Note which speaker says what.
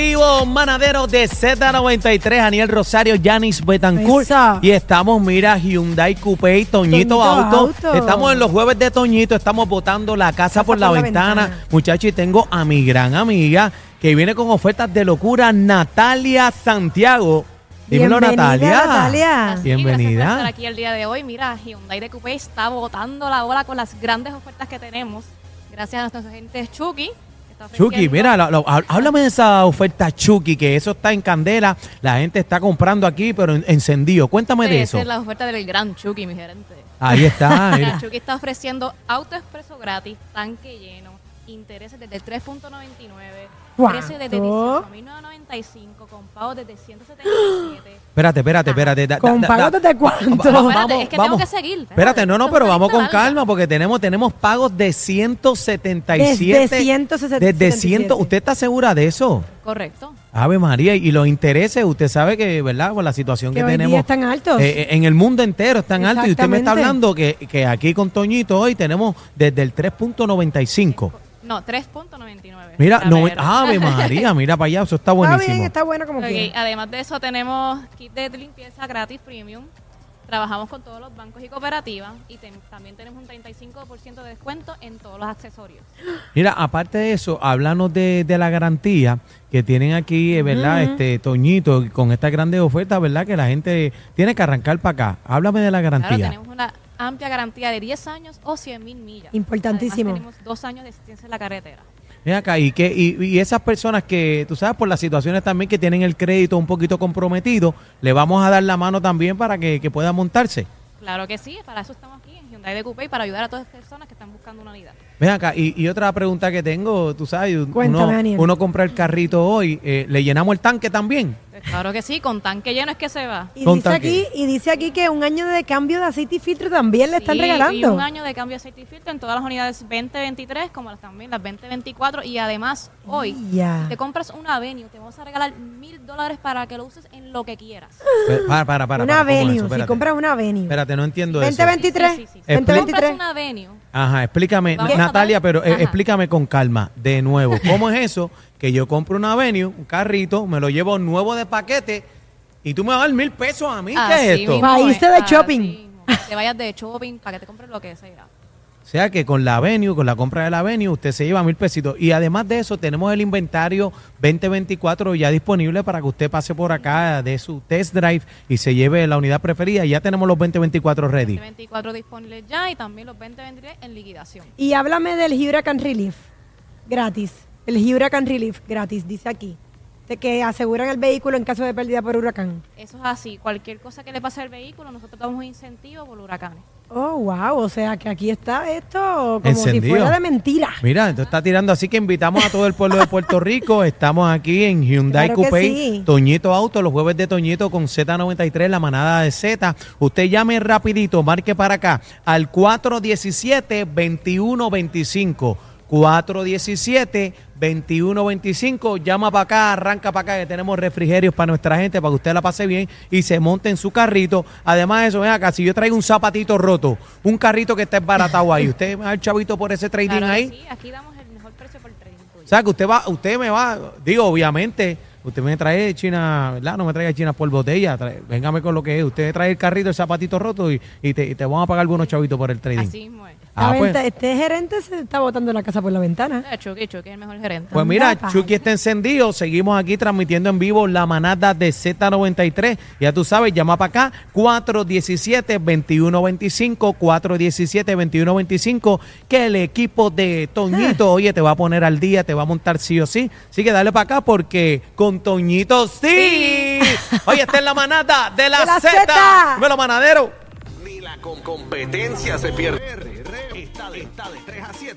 Speaker 1: Activo manadero de Z93, Daniel Rosario, Yanis Betancourt.
Speaker 2: Esa.
Speaker 1: Y estamos, mira, Hyundai Coupé, Toñito,
Speaker 2: Toñito
Speaker 1: Auto.
Speaker 2: Auto.
Speaker 1: Estamos en los jueves de Toñito, estamos botando la casa por la, ventana. Muchachos, y tengo a mi gran amiga que viene con ofertas de locura, Natalia Santiago. Dímelo,
Speaker 2: Bienvenida,
Speaker 1: Natalia.
Speaker 2: Natalia.
Speaker 3: Así, Gracias por
Speaker 1: Bienvenida.
Speaker 3: estar aquí el día de hoy. Mira, Hyundai de Coupé está botando la bola con las grandes ofertas que tenemos. Gracias a nuestro gente Chucky. que está
Speaker 1: Chucky,
Speaker 3: ofreciendo-
Speaker 1: mira, lo- lo- há- háblame de esa oferta Chucky, que eso está en candela, la gente está comprando aquí, pero en- encendido. Cuéntame de
Speaker 3: Esa
Speaker 1: eso.
Speaker 3: este, es Eh, la oferta del gran Chucky, mi gerente.
Speaker 1: Ahí está. mira.
Speaker 3: Mira, Chucky está ofreciendo auto expreso gratis, tanque lleno, intereses desde el 3.99,
Speaker 2: ¿Cuánto?
Speaker 3: precios desde 18.995, con pagos desde 177.
Speaker 1: Espérate, espérate, espérate. Da- da-
Speaker 2: ¿Con
Speaker 1: da-
Speaker 2: pagos
Speaker 1: da-
Speaker 2: desde
Speaker 1: Va-
Speaker 2: cuánto?
Speaker 1: va-
Speaker 3: Espérate, es que
Speaker 1: vamos.
Speaker 3: tengo que seguir.
Speaker 1: Espérate, no, no,
Speaker 3: Son
Speaker 1: pero vamos con
Speaker 3: ofertas largas.
Speaker 1: calma porque tenemos tenemos pagos de 177.
Speaker 2: Desde 177.
Speaker 1: Desde 100. ¿Usted está segura de eso?
Speaker 3: Correcto.
Speaker 1: Ave María, y los intereses, usted sabe que, ¿verdad? Con la situación que,
Speaker 2: Que hoy día
Speaker 1: tenemos.
Speaker 2: están altos.
Speaker 1: eh, eh, en el mundo entero están altos. Y usted me está
Speaker 2: Exactamente.
Speaker 1: hablando que, que aquí con Toñito hoy tenemos desde el 3.95.
Speaker 3: No, 3.99.
Speaker 1: Mira, ah,
Speaker 3: A
Speaker 1: no,
Speaker 3: ver.
Speaker 1: Ave María, mira para allá, eso está
Speaker 2: Está
Speaker 1: buenísimo.
Speaker 2: bien, está bueno como
Speaker 3: Ok, Ah,
Speaker 2: quiera.
Speaker 3: Además de eso, tenemos kit de limpieza gratis premium. Trabajamos con todos los bancos y cooperativas y te- también tenemos un 35% de descuento en todos los accesorios.
Speaker 1: Mira, aparte de eso, háblanos de, de la garantía que tienen aquí, eh, ¿verdad? Este Toñito, con estas grandes ofertas, ¿verdad? Que la gente tiene que arrancar para acá. Háblame de la
Speaker 3: Claro,
Speaker 1: garantía.
Speaker 3: tenemos una amplia garantía de 10 años o 100 mil millas.
Speaker 2: Importantísimo.
Speaker 3: Además, tenemos dos años de asistencia en la carretera.
Speaker 1: Ven acá, y, que, y, y esas personas que, tú sabes, por las situaciones también que tienen el crédito un poquito comprometido, le vamos a dar la mano también para que, que pueda montarse.
Speaker 3: Claro que sí, para eso estamos aquí en Hyundai de Coupé y para ayudar a todas las personas que están buscando una unidad.
Speaker 1: Ven acá, y, y otra pregunta que tengo, tú sabes, un-
Speaker 2: Cuéntame,
Speaker 1: uno,
Speaker 2: Daniel.
Speaker 1: uno compra el carrito hoy, eh, le llenamos el tanque también.
Speaker 3: Pues claro que sí, con tanque lleno es que se va.
Speaker 2: Y
Speaker 1: Con
Speaker 2: dice, aquí,
Speaker 1: tanque.
Speaker 2: y dice aquí que un año de cambio de aceite y filtro también le están
Speaker 3: Sí, Y
Speaker 2: regalando.
Speaker 3: un año de cambio de aceite y filtro en todas las unidades 2023, como las también las 2024. Y además, hoy,
Speaker 2: Ya.
Speaker 3: si te compras una Venue, te vamos a regalar mil dólares para que lo uses en lo que quieras.
Speaker 1: Pe- Pues, Para, para, para.
Speaker 2: una
Speaker 1: para, ¿cómo es eso?
Speaker 2: Venue, Ah, si
Speaker 1: Espérate.
Speaker 2: compras una Venue.
Speaker 1: Espérate, no entiendo eso.
Speaker 2: 2023.
Speaker 3: Sí, sí, sí, sí.
Speaker 1: Explica-
Speaker 3: Si compras
Speaker 2: 2023.
Speaker 3: una Venue,
Speaker 1: Ajá, explícame,
Speaker 3: Vamos a
Speaker 1: Natalia,
Speaker 3: parar.
Speaker 1: pero eh,
Speaker 3: Ajá.
Speaker 1: explícame con calma, de nuevo, ¿cómo es eso que yo compro una Avenue, un carrito, me lo llevo nuevo de paquete y tú me vas a dar mil pesos a mí? ¿Qué es
Speaker 3: así
Speaker 1: esto?
Speaker 3: mismo
Speaker 2: Para irse
Speaker 3: es,
Speaker 2: de
Speaker 3: así
Speaker 2: shopping.
Speaker 3: mismo. Que Te vayas de shopping para que te compres lo que sea.
Speaker 1: O sea que con la Avenue, con la compra de la Avenue, usted se lleva mil pesitos. Y además de eso, tenemos el inventario 2024 ya disponible para que usted pase por acá de su test drive y se lleve la unidad preferida. Ya tenemos los 2024 ready.
Speaker 3: 2024 disponibles ya y también los 2023 en liquidación.
Speaker 2: Y háblame del Huracan Relief, gratis. El Huracan Relief, gratis, dice aquí. De que aseguran el vehículo en caso de pérdida por huracán.
Speaker 3: Eso es así. Cualquier cosa que le pase al vehículo, nosotros damos un incentivo por huracanes.
Speaker 2: Oh, wow, o sea que aquí está esto como si
Speaker 1: Encendido.
Speaker 2: fuera de mentira.
Speaker 1: Mira, entonces está tirando, así que invitamos a todo el pueblo de Puerto Rico. Estamos aquí en Hyundai
Speaker 2: Claro que
Speaker 1: Coupé,
Speaker 2: sí.
Speaker 1: Toñito Auto, los jueves de Toñito con Z93, la manada de Z. Usted llame rapidito, marque para acá al 417-2125. 417-2125, llama para acá, arranca para acá, que tenemos refrigerios para nuestra gente, para que usted la pase bien y se monte en su carrito. Además de eso, ven acá, si yo traigo un zapatito roto, un carrito que está embaratado ahí, usted me da el chavito por ese trading
Speaker 3: Claro que
Speaker 1: ahí,
Speaker 3: sí, aquí damos el mejor precio por el trading tuyo.
Speaker 1: o sea, que usted va, usted me va, digo, obviamente, usted me trae China, ¿verdad? No me traiga China por botella, trae- véngame con lo que es. Usted me trae el carrito, el zapatito roto y, y te, y te van a pagar algunos chavitos por el trading.
Speaker 3: Así mismo es.
Speaker 2: La
Speaker 1: Ah, pues,
Speaker 2: venta- Este gerente se está botando la casa por la ventana.
Speaker 3: Eh, Chucky, Chucky es el mejor gerente.
Speaker 1: pues mira,
Speaker 2: Anda, pa.
Speaker 1: Chucky está encendido. Seguimos aquí transmitiendo en vivo la manada de Z93. Ya tú sabes, llama para acá 417-2125, 417-2125, que el equipo de Toñito, oye, te va a poner al día, te va a montar sí o sí. Así que dale para acá porque con Toñito sí. Oye, está en la manada de la,
Speaker 2: De la
Speaker 1: Z.
Speaker 2: Z.
Speaker 1: Dímelo, manadero.
Speaker 4: Ni la com- competencia se pierde. Está de, está de 3 a 7